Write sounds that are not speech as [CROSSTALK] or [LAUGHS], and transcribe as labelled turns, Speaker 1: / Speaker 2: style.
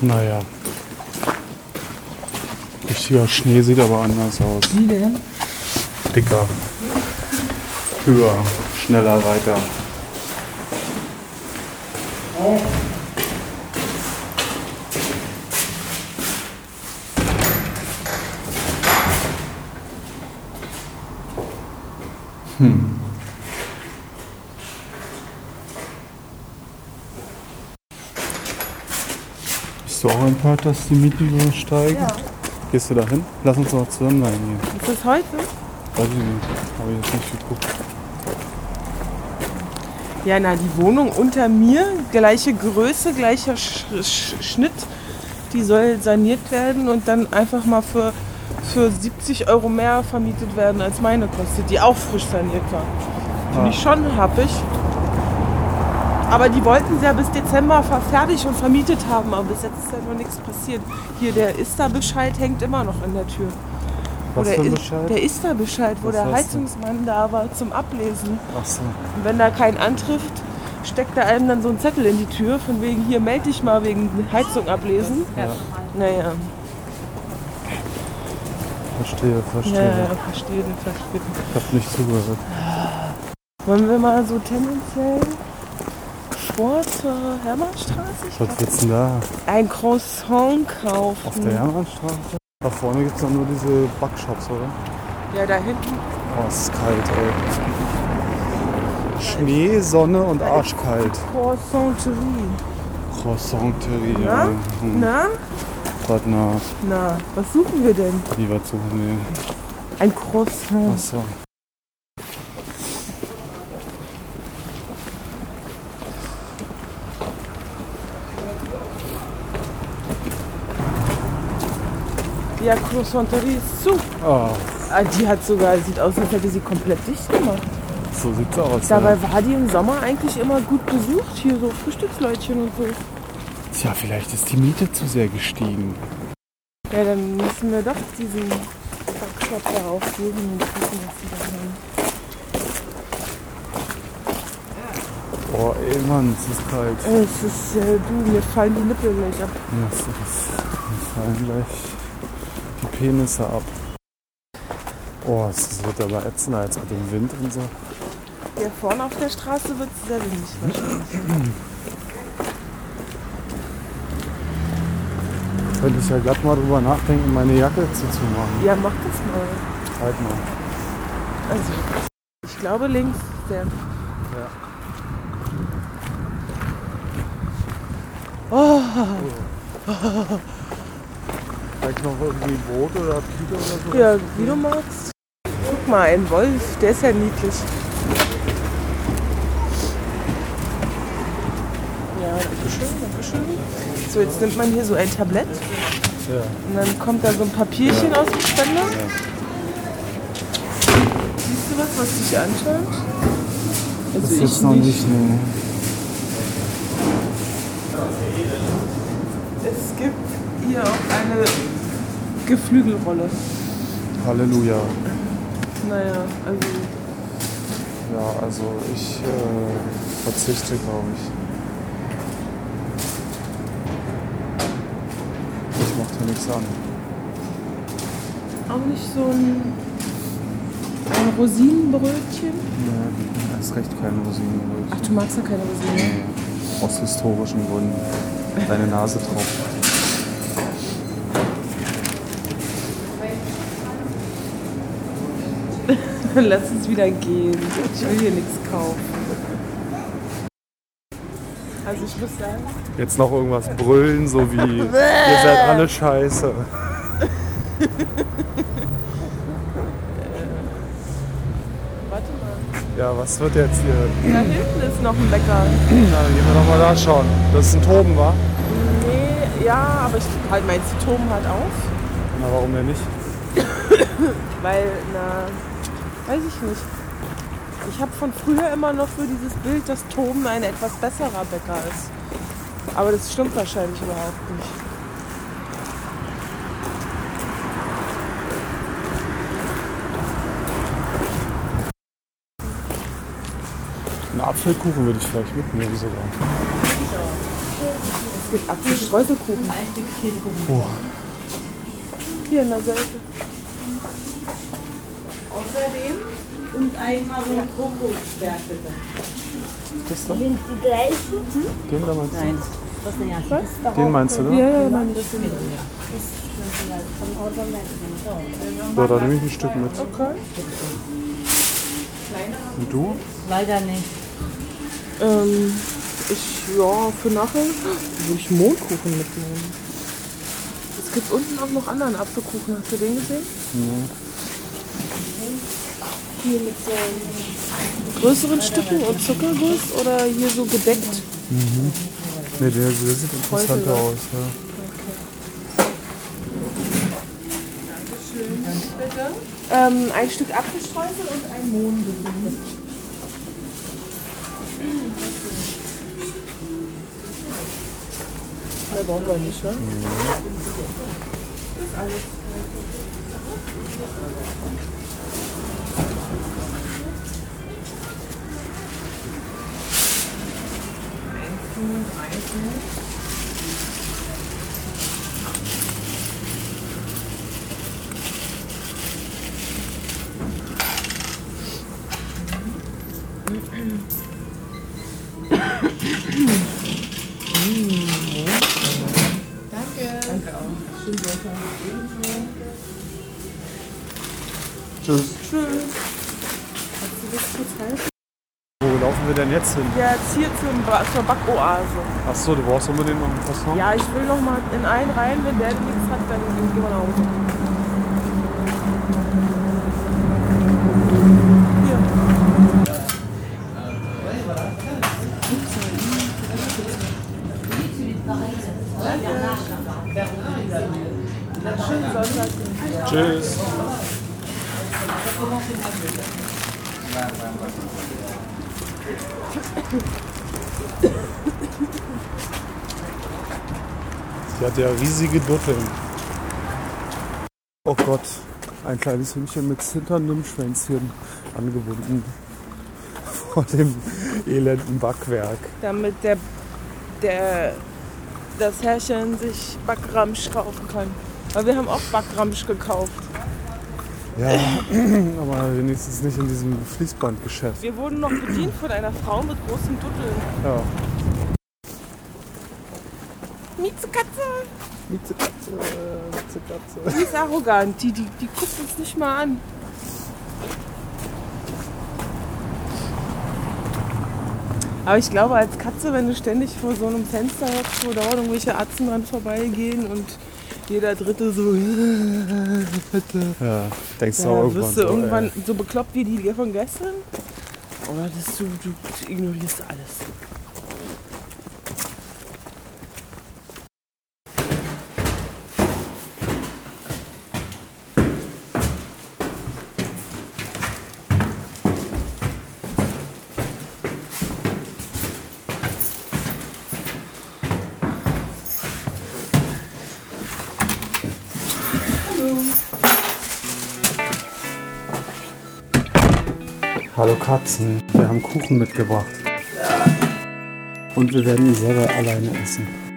Speaker 1: Naja. Richtiger Schnee sieht aber anders aus.
Speaker 2: Wie denn?
Speaker 1: Dicker. Höher. Schneller weiter. Hm. Bist du auch empört, dass die Mieten so steigen?
Speaker 2: Ja.
Speaker 1: Gehst du da hin? Lass uns doch zusammen da hingehen.
Speaker 2: Ist das heute?
Speaker 1: Weiß ich nicht. Habe ich jetzt nicht geguckt.
Speaker 2: Ja, na, die Wohnung unter mir, gleiche Größe, gleicher Sch Sch Schnitt, die soll saniert werden und dann einfach mal für, für 70 Euro mehr vermietet werden, als meine kostet, die auch frisch saniert war.
Speaker 1: Ah.
Speaker 2: Finde ich schon happig. Aber die wollten sie ja bis Dezember ver- fertig und vermietet haben, aber bis jetzt ist ja noch nichts passiert. Hier, der Ista-Bescheid hängt immer noch in der Tür.
Speaker 1: Was
Speaker 2: der
Speaker 1: für ein
Speaker 2: Is-
Speaker 1: Bescheid?
Speaker 2: Der Ista-Bescheid, wo
Speaker 1: Was
Speaker 2: der
Speaker 1: heißt das?
Speaker 2: Heizungsmann da war zum Ablesen.
Speaker 1: Ach so.
Speaker 2: Und wenn da keinen antrifft, steckt da einem dann so ein Zettel in die Tür, von wegen hier melde dich mal wegen Heizung ablesen.
Speaker 1: Ja.
Speaker 2: Naja,
Speaker 1: Verstehe, verstehe.
Speaker 2: ja, ja, verstehe, verstehe.
Speaker 1: Ich habe nicht zugehört.
Speaker 2: Wollen wir mal so tendenziell vor zur Hermannstraße? Ich
Speaker 1: Was willst du denn da?
Speaker 2: glaub, Ein Croissant kaufen.
Speaker 1: Auf der Hermannstraße? Da vorne gibt es doch nur diese Backshops, oder?
Speaker 2: ja, da hinten.
Speaker 1: Oh, es ist kalt, ey. Schnee, Sonne und arschkalt.
Speaker 2: Croissanterie.
Speaker 1: Croissanterie,
Speaker 2: Na?
Speaker 1: ja. Hm.
Speaker 2: Na?
Speaker 1: Warte mal,
Speaker 2: Na, was suchen wir denn?
Speaker 1: lieber zu nee.
Speaker 2: Ein Croissant.
Speaker 1: Achso.
Speaker 2: Ja, Croissanterie ist zu.
Speaker 1: Ah,
Speaker 2: Ah, die hat sogar, sieht aus, als hätte sie komplett dicht gemacht.
Speaker 1: so sieht's aus.
Speaker 2: Dabei
Speaker 1: ne?
Speaker 2: war die im Sommer eigentlich immer gut besucht, hier so Frühstücksleutchen und so.
Speaker 1: Tja, vielleicht ist die Miete zu sehr gestiegen.
Speaker 2: Ja, dann müssen wir doch diesen Backshop da aufgeben und gucken, was sie da haben.
Speaker 1: Boah, Oh, ey Mann, es ist kalt.
Speaker 2: Es ist, äh, du, mir fallen die Nippel gleich ab.
Speaker 1: Ja, es ist, mir fallen gleich die Penisse ab. Oh, es wird aber ätzender als mit dem Wind und so.
Speaker 2: Hier vorne auf der Straße wird es sehr wenig wahrscheinlich.
Speaker 1: Könnte ich ja glatt mal drüber nachdenken, meine Jacke zuzumachen.
Speaker 2: Ja, mach das mal.
Speaker 1: Halt mal.
Speaker 2: Also, ich glaube links ist der.
Speaker 1: Ja. Vielleicht noch irgendwie Brot oder Pita oder so.
Speaker 2: Ja, wie du magst. Guck mal, ein Wolf, der ist ja niedlich. Ja, dankeschön, dankeschön. So, jetzt nimmt man hier so ein Tablett
Speaker 1: Ja.
Speaker 2: und dann kommt da so ein Papierchen aus dem Ständer. Siehst du was, was Also dich anschreibt?
Speaker 1: Das ist jetzt noch nicht, nee.
Speaker 2: Es gibt hier auch eine Geflügelrolle.
Speaker 1: Halleluja.
Speaker 2: Naja, also
Speaker 1: Ja, also ich äh, verzichte, glaube ich. Ich mach dir nichts an.
Speaker 2: auch nicht so ein, ein Rosinenbrötchen.
Speaker 1: Nee, erst recht keine Rosinen.
Speaker 2: Ach, du magst ja keine Rosinen.
Speaker 1: Aus historischen Gründen. Deine Nase drauf.
Speaker 2: ne? [LAUGHS] Lass uns wieder gehen. Ich will hier nichts kaufen. Also ich muss sagen,
Speaker 1: Jetzt noch irgendwas brüllen, so wie ihr seid alle scheiße.
Speaker 2: warte mal.
Speaker 1: Ja, was wird jetzt hier?
Speaker 2: Da hinten ist noch ein Bäcker.
Speaker 1: Na, dann gehen wir doch mal da schauen. Das ist ein Toben, wa?
Speaker 2: Nee, ja, aber ich halt mein Zitom hat auf.
Speaker 1: Na, warum denn nicht?
Speaker 2: Weil, na, weiß ich nicht. Ich habe von früher immer noch für dieses Bild, dass Toben ein etwas besserer Bäcker ist. Aber das stimmt wahrscheinlich überhaupt nicht.
Speaker 1: Einen Apfelkuchen würde ich vielleicht mitnehmen sogar.
Speaker 2: gibt Apfelstreuselkuchen.
Speaker 1: Oh,
Speaker 2: Hier an der Seite.
Speaker 3: Außerdem und einmal so ein Kokosberg bitte.
Speaker 1: das da?
Speaker 4: Sind die gleichen?
Speaker 1: Den da meinst du?
Speaker 4: Was? Was?
Speaker 1: Den meinst du, ne?
Speaker 2: Ja, ja, meine ich.
Speaker 1: So, da nehme ich ein Stück mit.
Speaker 2: Okay.
Speaker 1: Und du?
Speaker 3: Leider nicht.
Speaker 2: Ähm, ich, ja, für nachher würde ich Mondkuchen mitnehmen. Es gibt unten auch noch anderen Apfelkuchen. Hast du den gesehen? Hier mit so größeren Stücken und Zuckerguss oder hier so gedeckt.
Speaker 1: Ne, der, der sieht interessanter aus. Ja.
Speaker 2: Ähm, ein Stück Apfelstreusel und ein Mohn. Mehr brauchen wir nicht, ne?
Speaker 1: Tschüss. Wo laufen wir denn jetzt hin?
Speaker 2: Ja, jetzt hier zum, Ba- zur Backoase.
Speaker 1: Achso, du brauchst unbedingt noch ein Croissant?
Speaker 2: Ja, ich will noch mal in einen rein. Wenn der nichts hat, dann gehen wir nach Hause.
Speaker 1: Tschüss. Sie hat ja riesige Dutteln. Oh Gott, ein kleines Hündchen mit hintern einem Schwänzchen angebunden [LAUGHS] vor dem elenden Backwerk.
Speaker 2: Damit der, der, das Herrchen sich Backramsch kaufen kann. Aber wir haben auch Backramsch gekauft.
Speaker 1: Ja, aber wenigstens nicht in diesem Fließbandgeschäft.
Speaker 2: Wir wurden noch bedient von einer Frau mit großen Dutteln.
Speaker 1: Ja.
Speaker 2: Mieze Katze,
Speaker 1: Mieze Katze, Mieze Katze.
Speaker 2: die ist arrogant. Die, die, die guckt uns nicht mal an. Aber ich glaube, als Katze, wenn du ständig vor so einem Fenster hockst, wo dauernd irgendwelche Atzen dran vorbeigehen und jeder Dritte so, [LAUGHS]
Speaker 1: Ja, denkst du auch
Speaker 2: ja,
Speaker 1: irgendwann.
Speaker 2: wirst
Speaker 1: so,
Speaker 2: du
Speaker 1: ey.
Speaker 2: irgendwann so bekloppt wie die von gestern? Oder dass du, du ignorierst alles?
Speaker 1: Hallo Katzen, wir haben Kuchen mitgebracht. Und wir werden ihn selber alleine essen.